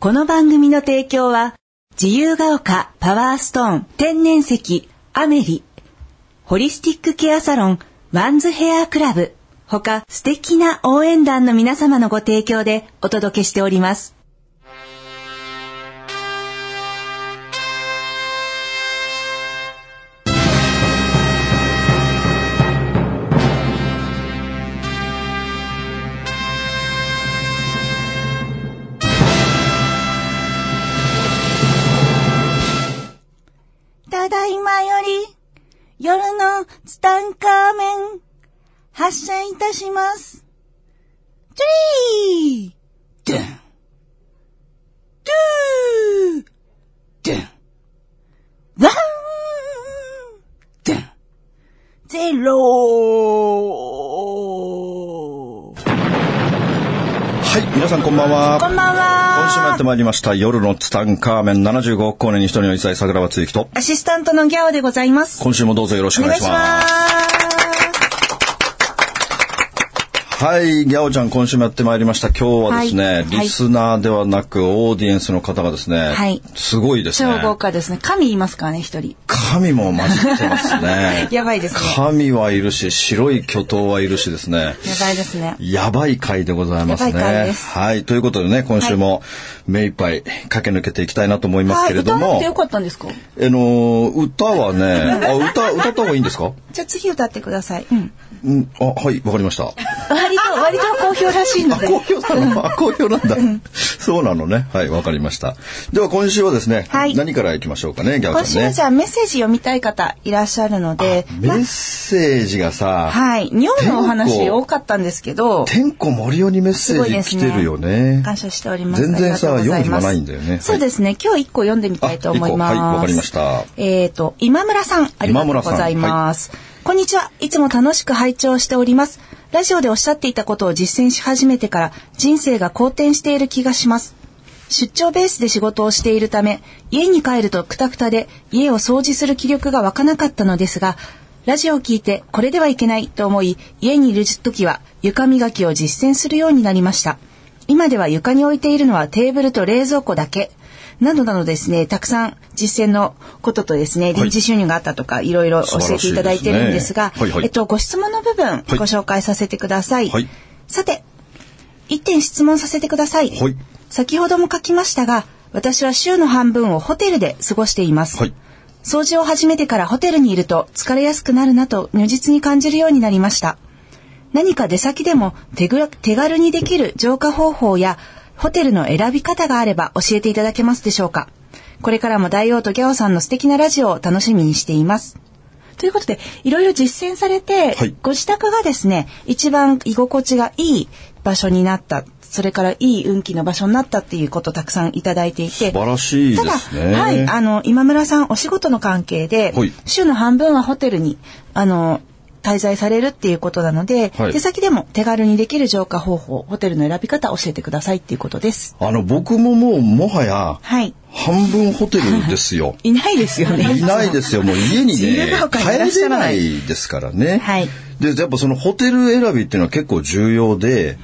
この番組の提供は、自由が丘パワーストーン天然石アメリ、ホリスティックケアサロンワンズヘアクラブ、ほか素敵な応援団の皆様のご提供でお届けしております。ただいまより、夜のツタンカーメン、発射いたします。トゥリードゥンドゥードゥンワンドゥンゼローはい、皆さんこんばんは。こんばん今週もやってはまいりました。夜のツタンカーメン75億光年に一人の一歳桜庭つゆきと、アシスタントのギャオでございます。今週もどうぞよろしおくお願願いいししまます。す。はい、ギャオちゃん今週もやってまいりました。今日はですね、はいリスナーではなくオーディエンスの方がですね、はいすごいです超ね。豪華ですね。神いますからね、一人。。神も混じってますね やばいですね神はいるし、白い巨頭はいるしですね。やばいですね。やばい回でございますね。やばい回ですはい。ということでね、今週も目いっぱい駆け抜けていきたいなと思いますけれどはい歌わなも。くてよかったんですかあのー歌は ね、あ、歌、歌った方がいいんですかじゃあ次歌ってください。うん。うん、あ、はい、わかりま した。割と、割と好評らしいのあ、で。好評なのあ、好評なんだ。そうなのね。はい、わかりました。では今週はですね、はい何からいきましょうかね、ギャオ今ち週ゃはんじね。ゃあメッセージ読みたい方いらっしゃるので、メッセージがさ、はい。尿のお話多かったんですけど、天子森生にメッセすごいーでジす来ね。てるよね。感謝しております。全然さありがとうございます読む暇ないんだよねはいそうですね。今日一個読んでみたいと思います。あ一個はいわかりましたえっ、と、今村さん、ありがとうございます。こんにちは。いつも楽しく拝聴しております。ラジオでおっしゃっていたことを実践し始めてから、人生が好転している気がします。出張ベースで仕事をしているため、家に帰るとクタクタで家を掃除する気力が湧かなかったのですが、ラジオを聞いてこれではいけないと思い、家にいる時は床磨きを実践するようになりました。今では床に置いているのはテーブルと冷蔵庫だけ。などなどですね、たくさん実践のこととですね、臨時収入があったとか、いろいろ教えていただいてるんですが、素晴らしいですねはいはいえっと、ご質問の部分、ご紹介させてください。はいさて、一点質問させてください。はい先ほども書きましたが、私は週の半分をホテルで過ごしています。はい掃除を始めてからホテルにいると疲れやすくなるなと如実に感じるようになりました。何か出先でも手ぐら手軽にできる浄化方法やホテルの選び方があれば教えていただけますでしょうか。これからも大王とギャオさんの素敵なラジオを楽しみにしています。ということで、いろいろ実践されて、はいご自宅がですね、一番居心地がいい場所になった、それからいい運気の場所になったっていうことをたくさんいただいていて、素晴らしいですたね。だ、はい、あの、今村さんお仕事の関係で、はい週の半分はホテルに、あの、滞在されるっていうことなので、はい手先でも手軽にできる浄化方法、ホテルの選び方教えてくださいっていうことです。あの、僕ももう、もはや、はい。半分ホテルですよ。いないですよね。 いないですよ。もう家に自由ねが、丘にいらっ帰しゃれらなないいですからね。はいで、やっぱそのホテル選びっていうのは結構重要で、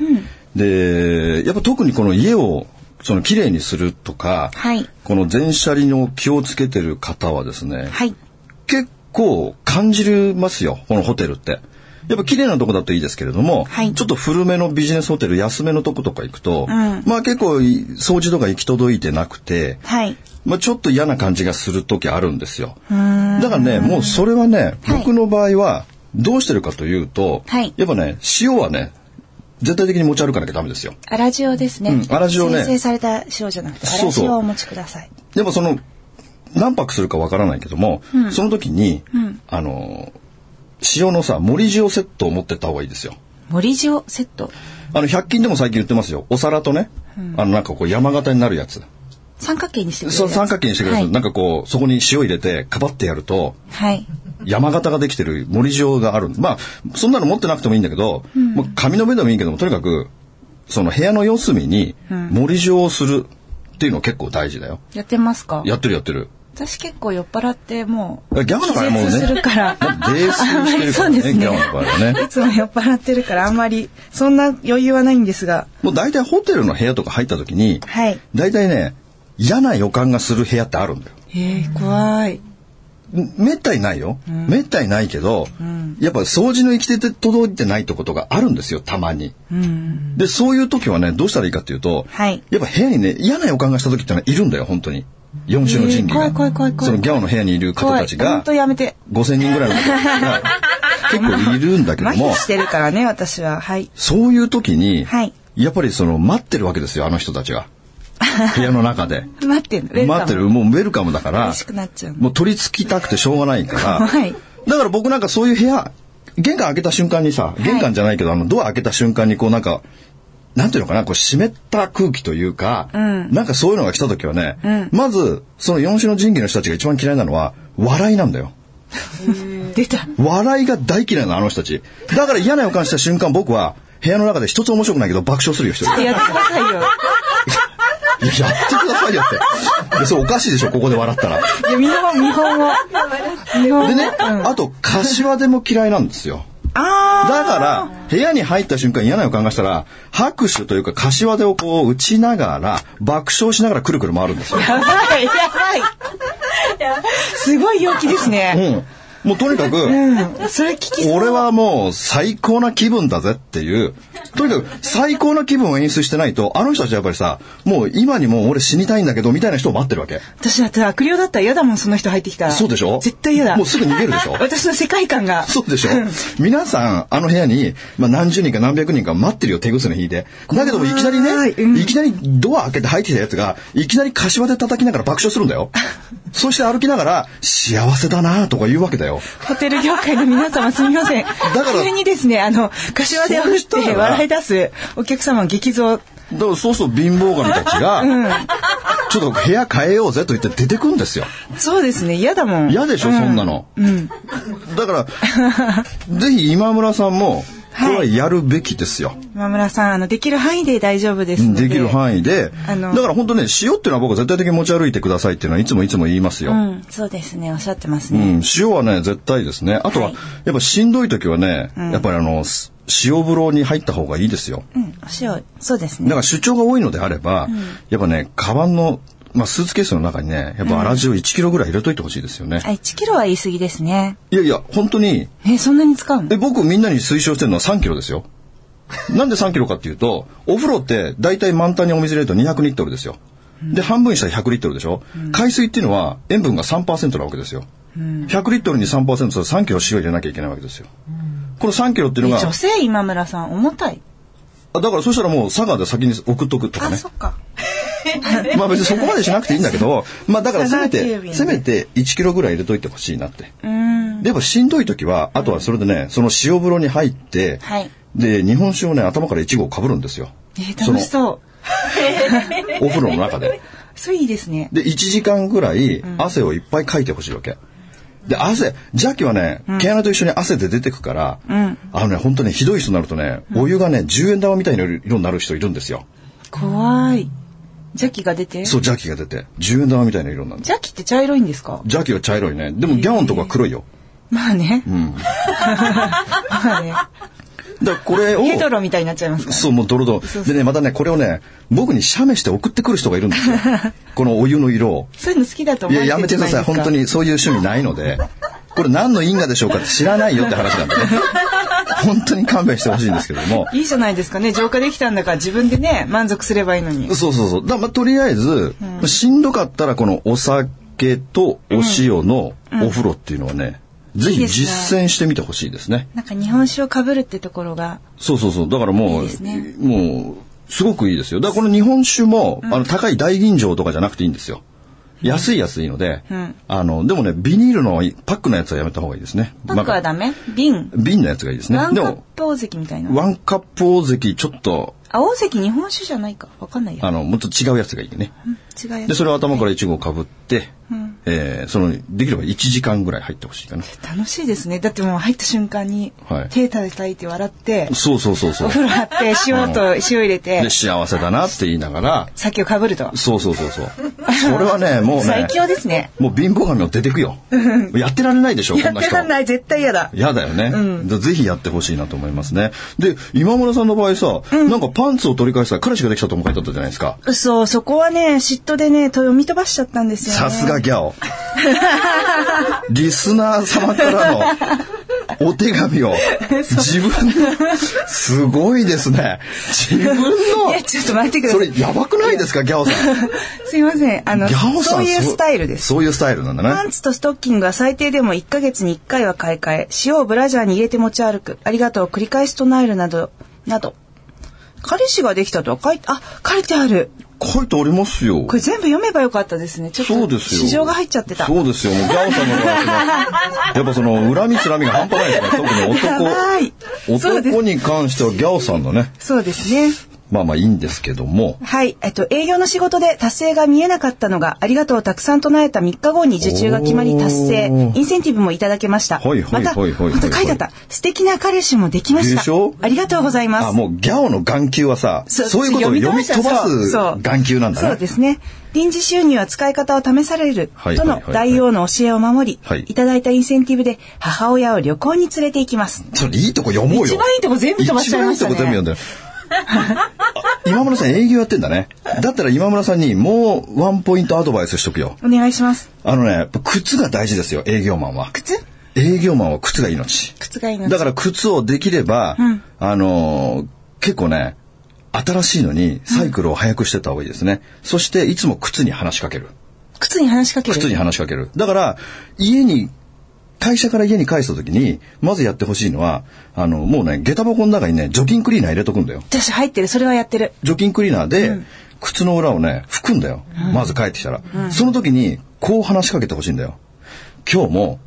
で、やっぱ特にこの家を、その綺麗にするとか、はいこの全車輪の気をつけてる方はですね、はい。結構感じるますよ、このホテルって。やっぱ綺麗なとこだといいですけれども、はいちょっと古めのビジネスホテル、安めのとことか行くと、んまあ結構い掃除とか行き届いてなくて、はい。まあ、ちょっと嫌な感じがする時あるんですよ。うーんだからね、もうそれはね、はい僕の場合はどうしてるかというと、はいやっぱね、塩はね、絶対的に持ち歩かなきゃダメですよ。粗塩ですね。うん粗塩生ね成された塩じゃなくて、そう粗そう塩をお持ちください。でもその、何泊するかわからないけども、うんその時に、うんあの、塩のさ、森塩セットを持ってった方がいいですよ。森塩セット。あの、100均でも最近売ってますよ。お皿とね、あの、なんかこう山形になるやつ。三角形にしてくださそい。う三角形にしてください。なんかこう、そこに塩入れて、かばってやると、はい。はい。山形ができてる森塩がある。まあ、そんなの持ってなくてもいいんだけど、もう紙の目でもいいけども、とにかく、その部屋の四隅に森塩をするっていうの結構大事だよ。やってますかやってるやってる。私結構酔っ払ってもうギャンだからもうね気絶するからもう泥酔してるから ねあんまりそうですねギャンだから ねいつも酔っ払ってるからあんまりそんな余裕はないんですがもう大体ホテルの部屋とか入った時に、はい大体ね、嫌な予感がする部屋ってあるんだよ。えー、怖いめったにないよ。めったにないけど、やっぱ掃除の行き手で届いてないってことがあるんですよ、たまに。うんで、そういう時はね、どうしたらいいかっていうと、はいやっぱ部屋にね、嫌な予感がした時ってのはいるんだよ、本当に。四種の神器が。えー怖い怖い怖い怖いそのギャオの部屋にいる方怖たいち本が、当やめて5000人ぐらいの方たちが、結構いるんだけど麻も痺、してるからね私ははいそういう時に、はいやっぱりその待ってるわけですよ、あの人 たちが。部屋の中で。待ってんの待ってる、もうウェルカムだか嬉らし、くなっちゃうのもう取り付きたくてしょうがないか ら、はいだから僕なんかそういう部屋、玄関開けた瞬間にさ、い玄関じゃないけど、あの、ドア開けた瞬間にこうなんか、なんていうのかな、こう湿った空気というか、んなんかそういうのが来た時はね、うんまず、その四種の神器の人たちが一番嫌いなのは、笑いなんだよ。出た笑いが大嫌いなのあの人たち。だから嫌な予感した瞬間僕は、部屋の中で一つ面白くないけど爆笑するよ、一人。 やってくださいよいや、やってくださいよって。いやそれおかしいでしょ、ここで笑ったら。いや見本見本を見本をでね、うんあと、柏でも嫌いなんですよ。だあから、部屋に入った瞬間嫌な予感がしたら、拍手というか、柏手をこう打ちながら、爆笑しながらくるくる回るんですー。よやばいやばいすごい陽気ですうねん。もうとにかく、うんそれ聞きそう俺はもう最高な気分だぜっていう、とにかく最高な気分を演出してないと、あの人たちはやっぱりさ、もう今にもう俺死にたいんだけど、みたいな人を待ってるわけ。私だって悪霊だったら嫌だもんその人入ってきたらそうでしょ絶対嫌だもうすぐ逃げるでしょ私の世界観がそうでしょ皆さん、あの部屋に、まあ、何十人か何百人か待ってるよ、手ぐすね引いて。だけども、いきなり怖いね、うんいきなりドア開けて入ってきたやつが、いきなり柏で叩きながら爆笑するんだ よ。そして歩きながら、幸せだなとか言うわけだよ。ホテル業界の皆様すみませんから急にですねあの柏で打っそういうて人だな笑い出すお客様激増だからそうすると貧乏神たちが、ちょっと部屋変えようぜと言って出てくんですよ。そうですね嫌だもん嫌でしょ、うそんなの。うん だから、ぜひ今村さんも、これはやるべきですよ。今村さんあのできる範囲で大丈夫ですのでできる範囲で、あのだから本当ね、塩っていうのは僕は絶対的に持ち歩いてくださいっていうのはいつもいつも言いますよ。ううんんそうですねおっしゃってますね、塩はね、絶対ですね。あとは、はいやっぱしんどい時はね、やっぱりあの、す塩風呂に入った方がいいですよ。うん、お塩そうですだねから主張が多いのであれば、やっぱね、カバンの、まあ、スーツケースの中にね、やっぱ粗塩1キロぐらい入れといてほしいですよねあ。1キロは言い過ぎですねいやいや、本当に、えそんなに使うのえ、僕みんなに推奨してるのは3キロですよ。なんで3キロかっていうと、お風呂って大体満タンにお水入れると200リットルですよ。で、半分にしたら100リットルでしょ、海水っていうのは塩分が3%なわけですよ。100リットルに3%すると3キロ塩入れなきゃいけないわけですよ。この3キロっていうのが、女性今村さん重たいあだからそしたらもう佐賀で先に送っとくとかあねそ。っかまあ別にそこまでしなくていいんだ けど、まあだからせめ佐賀急て、便せめて1キロぐらい入れといてほしいなって。うんでやっぱしんどい時は、あとはそれでね、その塩風呂に入って、はいで、日本酒をね、頭から一合かぶるんですよ。えー楽しそうお風呂の中で。そういいですねで、1時間ぐらい汗をいっぱいかいてほしいわけ。で、汗、邪気はね、毛穴と一緒に汗で出てくから、んあのね、本当ね、ひどい人になるとね、お湯がね、10円玉みたいな色になる人いるんですよ。怖い邪気が出てそう、邪気が出て。10円玉みたいな色になる。邪気って茶色いんですか邪気は茶色いね。でも、ギャオンとか黒いよ。まあね、 まあねだからこれを、ユドロみたいになっちゃいますからそう、もうドロドロ。でね、またね、これをね、僕に写メして送ってくる人がいるん ですよ。このお湯の色を。そういうの好きだとい思わや、れてやるめじてゃないでくだすさい。か本当にそういう趣味ないので。これ何の因果でしょうかって知らないよって話なんでね。 本当に勘弁してほしいんですけども。いいじゃないですかね浄化できたんだから自分でね満足すればいいのにそうそうそう。だまあ、とりあえず、しんどかったらこのお酒とお塩のお風呂っていうのはね、ぜいいひですね実践してみてほしいですね。なんか日本酒をかぶるってところがそうそうそう。だからもう、いいですねもう、すごくいいですよ。だからこの日本酒も、あの、高い大吟醸とかじゃなくていいんですよ。安い安いので、うんあの、でもね、ビニールのパックのやつはやめた方がいいですね。パックはダメ瓶瓶のやつがいいですねワ。ンでカッも、プ大関みたいなワンカップ大関、ちょっと、あ大関日本酒じゃないかわかんないやあの、もっと違うやつがいいね。違うやで、つそれを頭から一号かぶって、うんえー、その、できれば1時間ぐらい入ってほしいかな。楽しいですね。だってもう入った瞬間にはい、手叩いて笑って、そうそうそうそおう。風呂張って、塩と塩入れてで、、幸せだなって言いながら、酒をかぶると。そうそうそうそう。それはね、もう最ね、強ですね。もう貧乏神を出てくよ。やってられないでしょ、やこんっなて人。らんない、絶対嫌だ。嫌だよね、ぜひやってほしいなと思いますね。で、今村さんの場合さ、なんかパンツを取り返したら彼氏ができたとも書いてあったじゃないですか。そう、そこはね、嫉妬でね、読み飛ばしちゃったんですよ、ね。さすがギャオ。リスナー様からのお手 紙を自分の、すごいですね。自分の、いや、ちょっと待ってくだそされい。やばくないですか、ギャオさん。すいません。あの、ギャオさんそういうスタイルです。そういうスタイルなんだパンね。ツとストッキングは最低でも1ヶ月に1回は買い替え、塩をブラジャーに入れて持ち歩く、ありがとうを繰り返し唱えるなど、など。彼氏ができたとは書いて、あ、書いてある。書いてありますよこ。れ全部読めばよかったですね。ちょっそうと、ですよ。市場が入っちゃってた。そうですよ。もうギャオさんの場合はその、やっぱその、恨みつらみが半端ないですから、特にやばい男。そうです男に関してはギャオさんのね、 そうですね。まあまあいいんですけども、はい。えっと、営業の仕事で達成が見えなかったのが、ありがとうをたくさん唱えた3日後に受注が決まり達成お、ーインセンティブもいただけました。はいはいまた、はいはいはいまた書いてあった。素敵な彼氏もできました。でしょありがとうございます。あ、もうギャオの眼球はさ、そそういうことを読み飛ばすそうそう眼球なんだね。そうですね。臨時収入は使い方を試されるはいとはいはいの大王の教えを守り、はいい、ただいたインセンティブで母親を旅行に連れて行きます。それいいとこ読もうよ。一番いいとこ全部飛ばしちゃいましたね一番いいとこ全部読んだよあ今村さん営業やってんだね。だったら今村さんにもうワンポイントアドバイスしとくよ。お願いします。あのね、やっぱ靴が大事ですよ、営業マンは。靴営業マンは靴が命。靴がいいのだから靴をできれば、うんあのー結構ね、新しいのにサイクルを早くしてた方がいいですね。そしていつも靴に話しかける。靴に話しかける。靴に話しかける。だから、家に、会社から家に帰した時に、まずやってほしいのは、あの、もうね、下駄箱の中にね、除菌クリーナー入れとくんだよ。私入ってる。それはやってる。除菌クリーナーで、靴の裏をね、拭くんだよ。まず帰ってきたら。その時に、こう話しかけてほしいんだよ。今日も、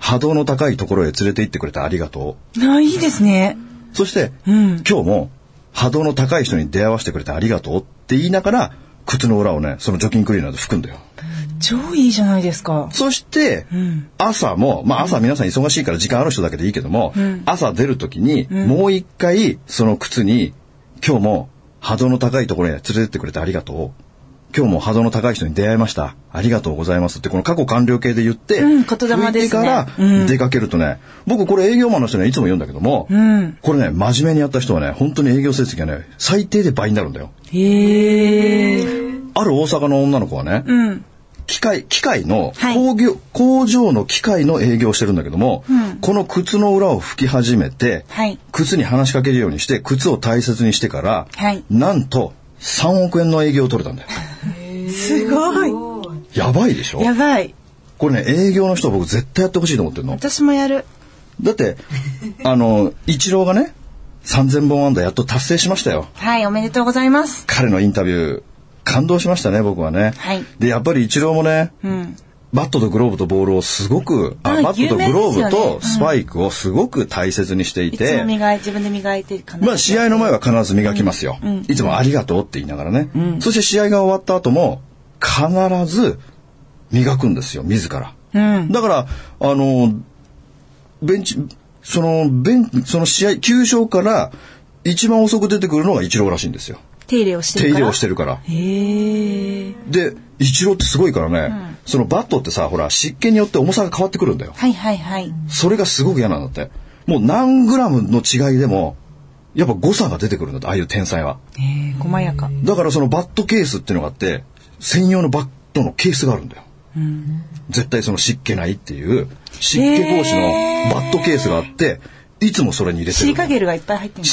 波動の高いところへ連れて行ってくれてありがとあ、いいですね。う。そして、うん今日も、波動の高い人に出会わせてくれてありがとうって言いながら、靴の裏をね、その除菌クリーナーで拭くんだよ。超いいじゃないですか。そして、ん朝も、まあ朝皆さん忙しいから時間ある人だけでいいけども、ん朝出るときに、もう一回、その靴に、今日も波動の高いところへ連れてってくれてありがとう。今日も波動の高い人に出会いました。ありがとうございますって、この過去完了形で言って、うん言霊ですね拭いてかうらん出かけるとね、僕これ営業マンの人にはいつも言うんだけども、うんこれね、真面目にやった人はね、本当に営業成績がね、最低で倍になるんだよ。へえ。ある大阪の女の子はね、うん。機械、機械の、はい工業、工場の機械の営業をしてるんだけども、この靴の裏を拭き始めて、はい靴に話しかけるようにして、靴を大切にしてから、はいなんと3億円の営業を取れたんだよ。すごやばいでしょい。やばい。これね、営業の人は僕絶対やってほしいと思ってるの。私もやる。だって、 あの、一郎がね、3000本安打やっと達成しましたよ。はい、おめでとうございます。彼のインタビュー、感動しましたね、僕はね。はいで、やっぱり一郎もね、うん。バットとグローブとボールをすごく、ああバットとグローブ有名ですよねとスパイクをすごく大切にしていいつても、磨い、自分で磨いてるかな。まあ試合の前は必ず磨きますよ。いつもありがとうって言いながらね。そして試合が終わった後も、必ず磨くんですよ、自ら。うん。だから、あの、ベンチ、その、ベン、その試合、球場から一番遅く出てくるのがイチローらしいんですよ。手入れをして手るか入れら。をしてるから。へえ。で、イチローってすごいからね、そのバットってさ、ほら、湿気によって重さが変わってくるんだよ。はいはいはい。それがすごく嫌なんだって。もう何グラムの違いでも、やっぱ誤差が出てくるんだって、ああいう天才は。えー、細やか。だからそのバットケースっていうのがあって、専用のバットのケースがあるんだよ。絶対その湿気ないっていう、湿気防止のバットケースがあって、いつもそれに入れてシるリんだカよ。ゲルがいっぱい入ってる。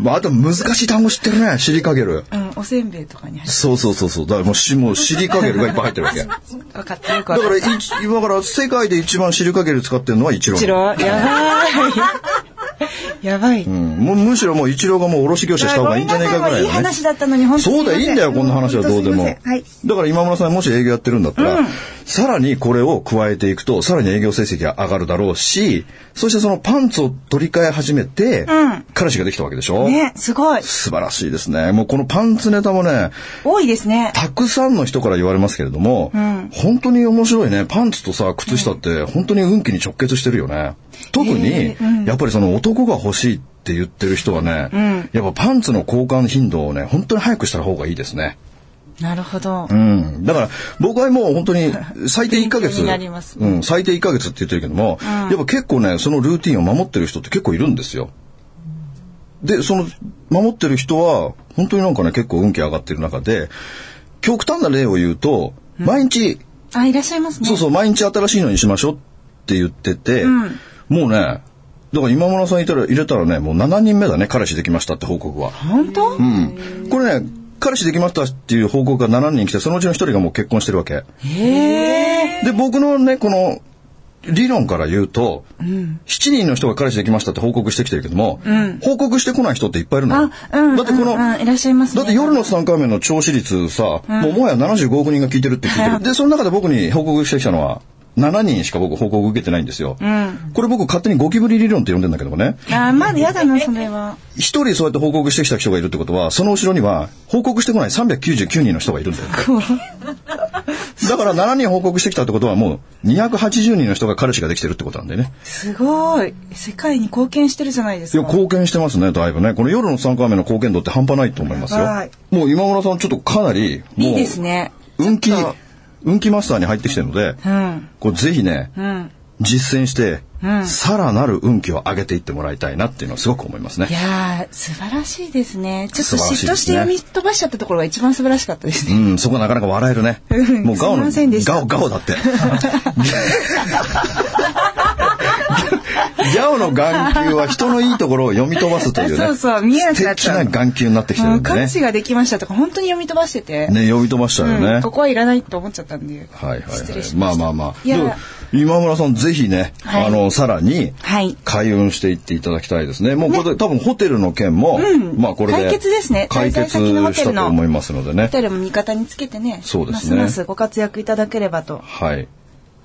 まあ、あと難しい単語知ってるね、シリカゲル。うん、おせんべいとかに入っそうそうそうそう。だからもうし、もうシリカゲルがいっぱい入ってるわ け。だてる。分かった、よくわかかっら、いち今から世界で一番シリカゲル使ってるのはイチロた。ー。一郎、やばい。やばい。 うん、もうむしろもう一郎がもう卸業者した方がいいんじゃねえかぐらいの、ね。いい話だったのに、本当そうだ、いいんだよ、こんな話はどうでも。はい。だから今村さん、もし営業やってるんだったら、さらにこれを加えていくと、さらに営業成績が上がるだろうし、そしてそのパンツを取り替え始めて、うん彼氏ができたわけでしょね、すごい。素晴らしいですね。もうこのパンツネタもね、多いですね。たくさんの人から言われますけれども、うん本当に面白いね。パンツとさ、靴下って本当に運気に直結してるよね。特に、えーうんやっぱりその男が欲しいって言ってる人はね、んやっぱパンツの交換頻度をね、本当に早くした方がいいですね。なるほどう。ん。だから、僕はもう本当に最低1ヶ勉強月。になりますうん、最低1ヶ月って言ってるけども、やっぱ結構ね、そのルーティンを守ってる人って結構いるんですよ。で、その、守ってる人は、本当になんかね、結構運気上がってる中で、極端な例を言うと、毎日、あ、いらっしゃいますね。そうそう、毎日新しいのにしましょうって言ってて、んもうね、だから今村さんいたら入れたらね、もう7人目だね、彼氏できましたって報告は。本当、うん。これね、彼氏できましたっていう報告が7人来て、そのうちの1人がもう結婚してるわけ。へえ。で、僕のね、この、理論から言うと、7人の人が彼氏できましたって報告してきてるけども、報告してこない人っていっぱいいるのよあ、うん。だってこの、うんうんいらっしゃいますだね。って夜の3回目の聴取率さ、もうもはや75億人が聞いてるって聞いてる。で、その中で僕に報告してきたのは、7人しか僕報告受けてないんですよ。んこれ僕勝手にゴキブリ理論って呼んでんだけどもね、あ、まだやだな、それは。一人そうやって報告してきた人がいるってことは、その後ろには報告してこない399人の人がいるんだよ。だから7人報告してきたってことはもう280人の人が彼氏ができてるってことなんだよね。すごい。世界に貢献してるじゃないでいすや、か。貢献してますね、だいぶね。この夜の3回目の貢献度って半端ないと思いますよ。はいもう今村さんちょっとかなり、もういいですね。運気ちょっと、運気マスターに入ってきてるので、うん。これぜひね、うん。実践して、うんさらなる運気を上げていってもらいたいなっていうのはすごく思いますねい。やー、素晴らしいですね。ちょっと素晴らし嫉いで妬すしてね読み飛ばしちゃったところが一番素晴らしかったですうね。ん、そこはなかなか笑えるねうん。もうガオすいの、ませんでしたガオ、ガオだって。ギャオの眼球は人のいいところを読み飛ばすというね。そうそう見えなくなっち素ゃう敵な眼球になってきてうるん、んでね彼。氏ができましたとか本当に読み飛ばしてて。ね、呼び飛ばしちゃうよね。うんここはいらないと思っちゃったんで。はいはいは失礼い。しままあしたまあまあ。いやでも今村さん、ぜひね、はいあの、さらに、はい開運していっていただきたいですね。もうこれ、多分ホテルの件も、まあこれで。解決ですね解決滞在先のホしテルたのと思いますのでねホ。テルも味方につけてね。そうですねますますご活躍いただければと。はい。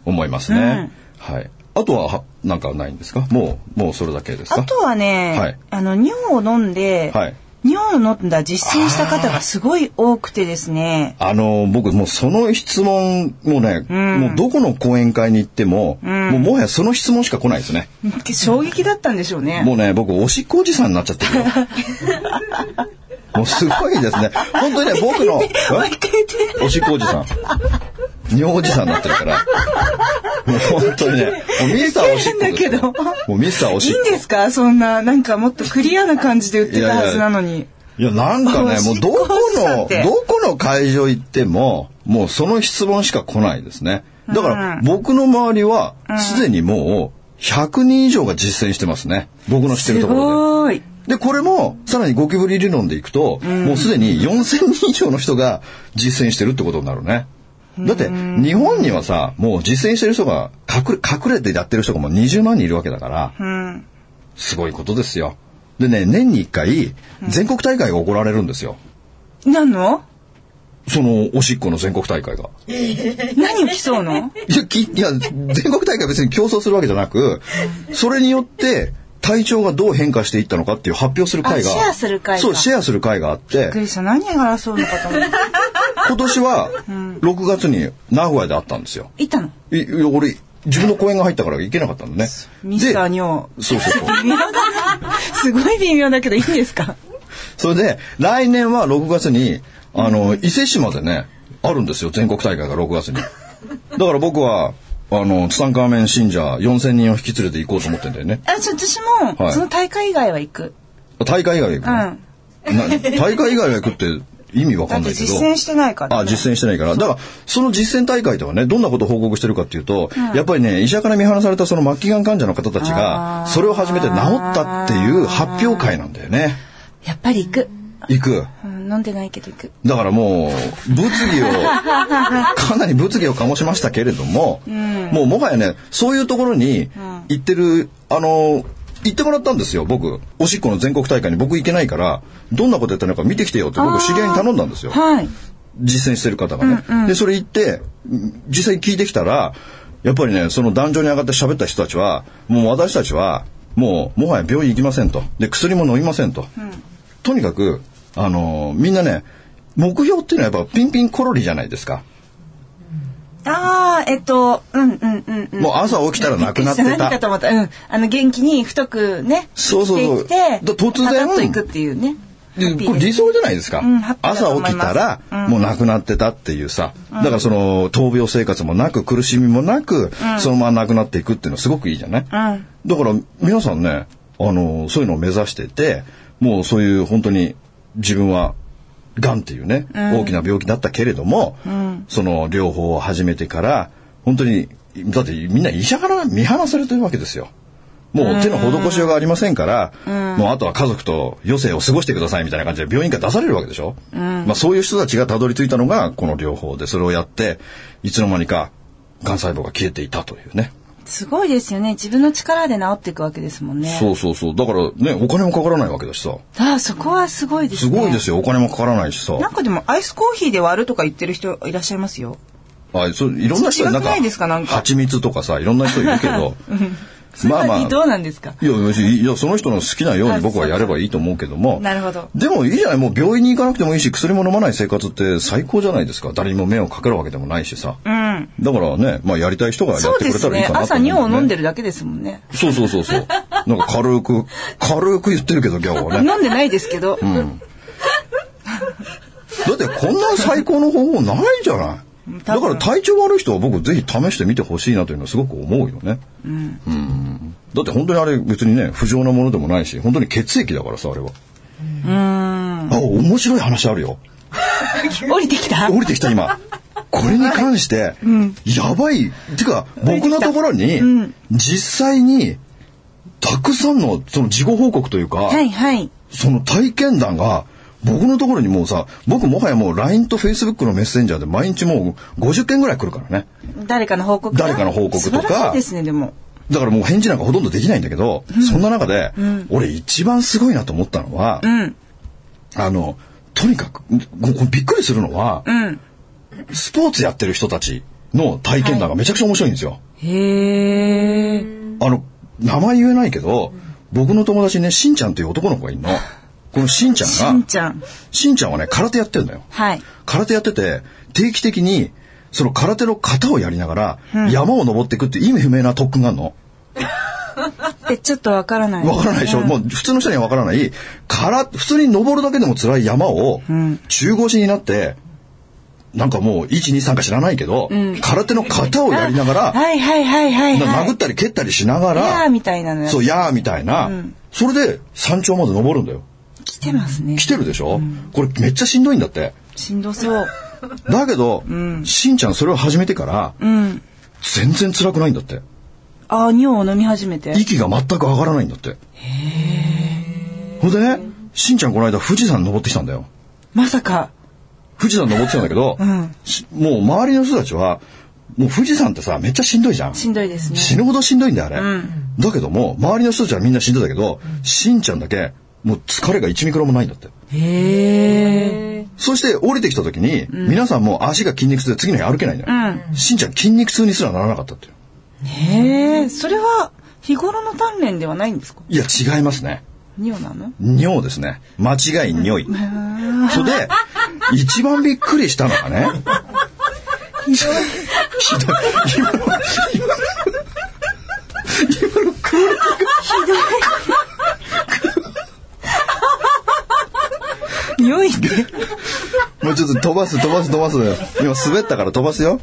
思いますね。はい。あとは、はなんかないんですかもう、もうそれだけですかあとはね、はいあの尿を飲んで、はい尿を飲んだ実践した方がすごい多くてですね。あの、僕、もうその質問、もうね、んもうどこの講演会に行っても、んもうもはやその質問しか来ないですね。 衝撃だったんでしょうね。もうね、僕、おしっこおじさんになっち ゃってるよ。もうすごいですね。本当にね、僕の、毎 回言ってえおしっこおじさん。尿おじさんになってるから。 もう本当にね、もうミスターおしっ こですよだけどもうミスターおしいっいんこ。ですかそんな、なんかもっとクリアな感じで売ってたはずなのに。いや、なん かね、もうどおしこっこおじさんの、ってどこの会場行っても、もうその質問しか来ないですね。だからう、ん僕の周りは、すでにもう、100人以上が実践してますね。僕の知ってるすところで。ごい。で、これも、さらにゴキブリ理論でいくと、もうすでに4000人以上の人が実践してるってことになるね。だって、日本にはさ、もう実践してる人が隠れ、隠れてやってる人がもう20万人いるわけだから、うん。すごいことですよ。でね、年に1回、全国大会が行われるんですよ。なのその、おしっこの全国大会が。何を競うのいや、きいや全国大会は別に競争するわけじゃなく、それによって、体調がどう変化していったのかっていう発表する会が。あシェアする会がそう、シェアする会があって。クリスさん何が争うのかと思って。今年は6月に名古屋であったんですよ。いたのいいや俺自分の公演が入ったから行けなかったんだね。ミスターで尿。そうそうそう。微妙だな。すごい微妙だけどいいんですかそれで来年は6月にあの伊勢市までねあるんですよ全国大会が6月に。だ から僕はあのツタンカーメン信者4000人を引き連れて行こうと思ってんだよね。あ、ちょ、私も、はいその大会以外は行く。大会以外は行くの、な大会以外は行くって意味わだかっんなていけど。実践してないから。あ、実践してないから。だから、その実践大会ではね、どんなことを報告してるかっていうと、やっぱりね、医者から見放されたその末期がん患者の方たちあが、ーそれを始めて治ったっていう発表会なんだよね。やっぱり行く。行く。うん、飲んでないけど行く。だからもう、物議を、 かなり物議を醸しましたけれども、もうもはやね、そういうところに行ってる、あの、行ってもらったんですよ、僕。おしっこの全国大会に僕行けないから、どんなことやったのか見てきてよって僕、知り合いに頼んだんですよ。はい。実践してる方がね。で、それ行って、実際聞いてきたら、やっぱりね、その壇上に上がって喋った人たちは、もう私たちは、もう、もはや病院行きませんと。で、薬も飲みませんと。とにかく、あのーみんなね、目標っていうのはやっぱピンピンコロリじゃないですか。ああ、えっと、うんうんうんうん。もう朝起きたらなくなって何たか。と思った。 うん。あの、元気に太くね、そうそうそう生きてきて、だ突然パタッといくっていうね。ハッでピこーれで理す想じゃないですか、うんハッピーだと朝思起いきますたら、うんもう亡くなってたっていうさ、だからその闘病生活もなく苦しみもなく、そのまま亡くなっていくっていうのはすごくいいじゃない、うん。だから皆さんねあのそういうのを目指しててもうそういう本当に自分はがんっていうね、大きな病気だったけれども、その療法を始めてから本当にだってみんな医者から見放されてるわけですよ。もう手の施しようがありませんから、もうあとは家族と余生を過ごしてくださいみたいな感じで病院から出されるわけでしょ、まあそういう人たちがたどり着いたのがこの療法でそれをやっていつの間にかがん細胞が消えていたというね。すごいですよね。自分の力で治っていくわけですもんね。そうそうそう。だからね、お金もかからないわけだしさ。ああ、そこはすごいですすね。ごいですよ。お金もかからないしさ。なんかでも、アイスコーヒーで割るとか言ってる人いらっしゃいますよ。あそういろんな人違くないですかなんか蜂蜜とかさ、いろんな人いる けど。まあまあ。どうなんですかいや、別にいや、その人の好きなように僕はやればいいと思うけども。なるほど。でもいいじゃない。もう病院に行かなくてもいいし、薬も飲まない生活って最高じゃないですか。誰にも迷惑かけるわけでもないしさ。うん。だからね、まあやりたい人がやっそうてでくれたすらいいねか。なと朝思う、尿を飲んでるだけですもんね。そうそうそうそう。なんか軽く、軽く言ってるけど、ギャオはね。飲んでないですけど。だってこんな最高の方法ないじゃない。だから体調悪い人は僕ぜひ試してみてほしいなというのはすごく思うよね。うん。だって本当にあれ別にね、不浄なものでもないし、本当に血液だからさ、あれは。うん。あ、面白い話あるよ。降りてきた降りてきた 今。これに関して、やばい。てか、僕のところに、実際に、たくさんの、その事後報告というか、はいはい。その体験談が、僕のところにもうさ、僕もはやもう LINE と Facebook のメッセンジャーで毎日もう50件ぐらい来るからね。誰かの報告誰かの報告と素か晴らしいですね、でも。だからもう返事なんかほとんどできないんだけど、そんな中で、俺一番すごいなと思ったのは、うん。あの、とにかく、ごごびっくりするのは、うん。スポーツやってる人たちの体験談がめちゃくちゃ面白いんですよ。へえ。あの、名前言えないけど、僕の友達にね、しんちゃんという男の子がいるの。このしんちゃしんんが、ちゃん。しんちゃんはね、空手やってんだよ。はい。空手やってて、定期的に、その空手の型をやりながら、山を登っていくっていう意味不明な特訓があるの。え、ちょっとわからない。わからないでしょ、もう普通の人にはわからない、から、普通に登るだけでも辛い山を、中腰になって、なんかもう、1、2、3か知らないけど、空手の型をやりながら、はいはいはいはいなはい。殴ったり蹴ったりしながいやーら、みたいなのやそう、やーみたいな、それで山頂まで登るんだよ。来てますね来。てるでしょ、これめっちゃしんどいんだって。しんどそう。だけど、しんちゃんそれを始めてから、うん。全然辛くないんだって。ああ、尿を飲み始めて。息が全く上がらないんだって。ほんでね、しんちゃんこの間富士山登ってきたんだよ。まさか。富士山登ってきたんだけど、んしもう周りの人たちは、もう富士山ってさ、めっちゃしんどいじゃん。しんどいですね。死ぬほどしんどいんだよ、あれ。だけども、周りの人たちはみんなしんどいんだけど、しんちゃんだけ、もう疲れが1ミクロもないんだって。へえ。そして降りてきた時に、皆さんもう足が筋肉痛で次の日歩けないんだよ。しんちゃん筋肉痛にすらならなかったっていう。へえ。それは、日頃の鍛錬ではないんですかいや、違いますね。尿な の尿ですね。間違い尿い。それで、一番びっくりしたのがね。ひどい。今の、今の、今のクール匂いって。もうちょっと飛ばす、飛ばす、飛ばす。今滑ったから飛ばすよ。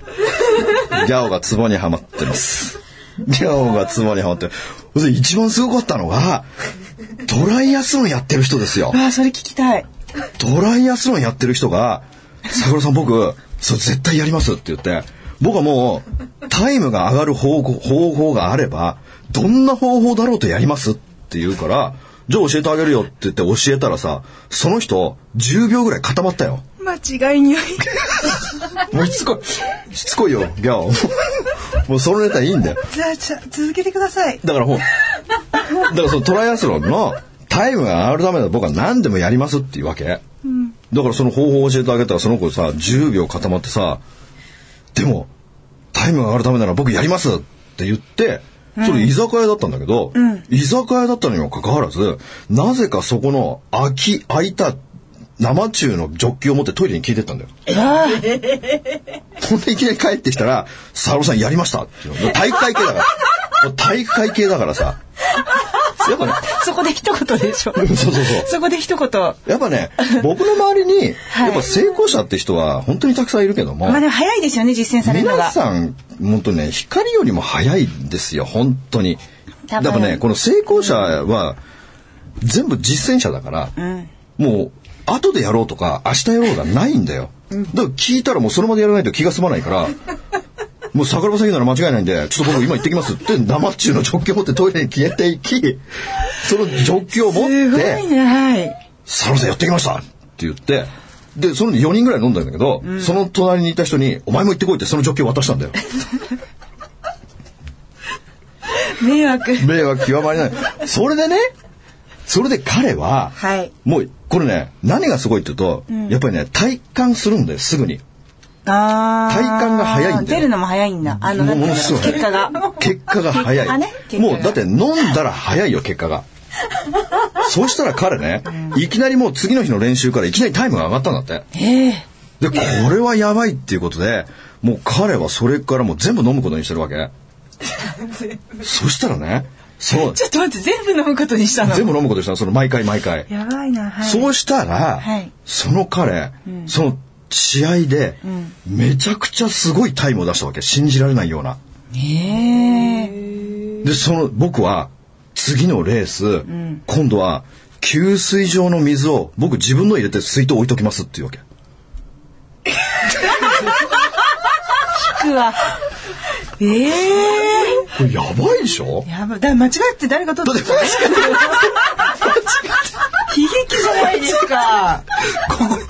ギャオがツボにはまってます。ギャオがツボにはまってる。それで一番すごかったのが、トライアスロンやってる人ですよ。ああ、それ聞きたい。トライアスロンやってる人が、桜さん僕、それ絶対やりますって言って、僕はもう、タイムが上がる方法方法があれば、どんな方法だろうとやりますって言うから、じゃあ教えてあげるよって言って教えたらさ、その人、10秒ぐらい固まったよ。間違い匂い。 もうしつこい。しつこいよ、ギャオ。もうそのネタいいんだよ。じゃあ、じゃあ続けてください。だからほん、だからそのトライアスロンのタイムが上がるためだ僕は何でもやりますっていうわけ。だからその方法を教えてあげたらその子さ、10秒固まってさ、でも、タイムが上がるためなら僕やりますって言って、それ居酒屋だったんだけど、居酒屋だったのにもかかわらず、なぜかそこの空き、空いた生中のジョッキを持ってトイレに消えてったんだよ。ほんでいきなり帰ってきたら、サロさんやりましたっていうの体育会系だから。もう体育会系だからさ。やっぱね、そこで一言でしょ。そうそうそう。 そこで一言。やっぱね、僕の周りに、やっぱ成功者って人は本当にたくさんいるけども、まあでも早いですよね、実践されるの皆が。さん、本当ね、光よりも早いんですよ、本当に。多だ分からね、この成功者は、全部実践者だから、もう、後でやろうとか、明日やろうがないんだよ。だから聞いたらもうその場でやらないと気が済まないから、もう桜庭さん言うなら間違いないんで、ちょっと僕今行ってきますって、生中のジョッキを持ってトイレに消えていき、そのジョッキを持っすごいて、ね、はい。サロさんやってきましたって言って、で、その4人ぐらい飲んだんだけど、その隣にいた人に、お前も行ってこいってそのジョッキを渡したんだよ。迷惑。迷惑極まりない。それでね、それで彼は、はいもう、これね、何がすごいって言うと、やっぱりね、体感するんだよ、すぐに。あー体感が早いんだよ出るのも早いんだ。あの、もなていううんもののすごい結果が。結果が早結果い。ね結果がもう、だって飲んだら早いよ、結果が。そうしたら彼ね、いきなりもう次の日の練習からいきなりタイムが上がったんだって。ええで、これはやばいっていうことで、もう彼はそれからもう全部飲むことにしてるわけ。 そしたらね、そう、ちょっと待って、全部飲むことにしたの。全部飲むことにしたの、その毎回毎回。やばいな、はい。そうしたら、はいその彼、その試合で、めちゃくちゃすごいタイムを出したわけ。信じられないような。ええで、その、僕は、次のレース、今度は、給水場の水を、僕自分の入れて水筒置いときますっていうわけ。僕は。ええこれやばいでしょやばい。だ間違って誰が取っただってに。悲劇じゃないですか。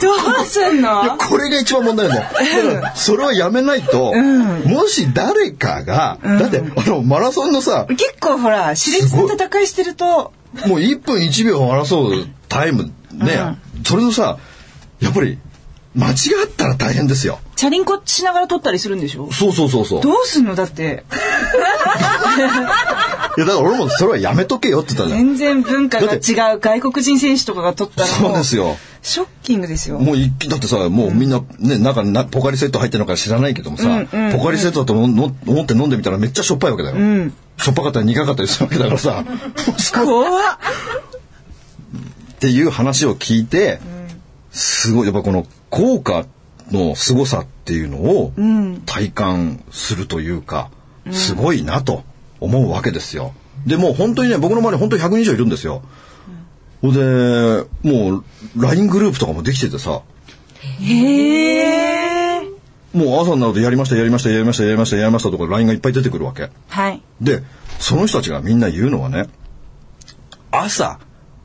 どうすんいやのこれが一番問題なんだよ。だからそれはやめないと、もし誰かが、だって、あの、マラソンのさ、結構ほら、熾烈な戦いしてると、もう1分1秒を争うタイムね、それのさ、やっぱり、間違ったら大変ですよ。チャリンコしながら取ったりするんでしょそうそうそうそう。どうすんのだって、いや、だから俺もそれはやめとけよって言ったじゃん。全然文化がだって違う外国人選手とかが取ったらもそうですよ。ショッキングですよ。もう一気だってさ、もうみんな、ね、中になポカリセット入ってるのか知らないけどもさ、ポカリセットだと思の思って飲んでみたらめっちゃしょっぱいわけだよ。しょっぱかったり苦かったりするわけだから さ、怖っっていう話を聞いて、すごいやっぱこの効果の凄さっていうのを体感するというか、すごいなと思うわけですよ。でもう本当にね僕の周り本当に100人以上いるんですよ。ほ、んでもう LINE グループとかもできててさへえ。もう朝になるとやりましたやりましたやりましたやりましたやりましたとか LINE がいっぱい出てくるわけ。はい。でその人たちがみんな言うのはね朝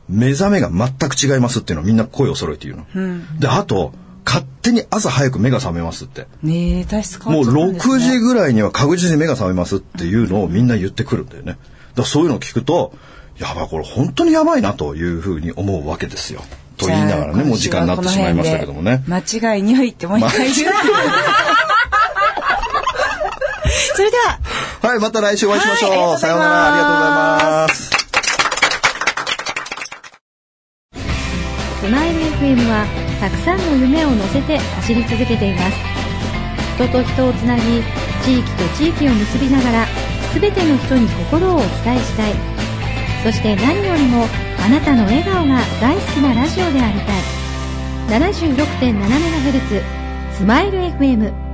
目覚めが全く違いますっていうのをみんな声を揃えて言うの。であと勝手に朝早く目が覚めますってねえ、体質変もわっちうゃったんですね6時ぐらいには確実に目が覚めますっていうのをみんな言ってくるんだよね。だからそういうのを聞くとやばいこれ本当にやばいなというふうに思うわけですよ。と言いながらねもう時間になってしまいましたけどもね。間違いにはいってもう一 回言う。 それでは、はいまた来週お会いしましょう。はいありがとうございますさようならありがとうございます。スマイル FM はたくさんの夢を乗せて走り続けています人と人をつなぎ地域と地域を結びながら全ての人に心をお伝えしたいそして何よりもあなたの笑顔が大好きなラジオでありたい 76.7MHz スマイル FM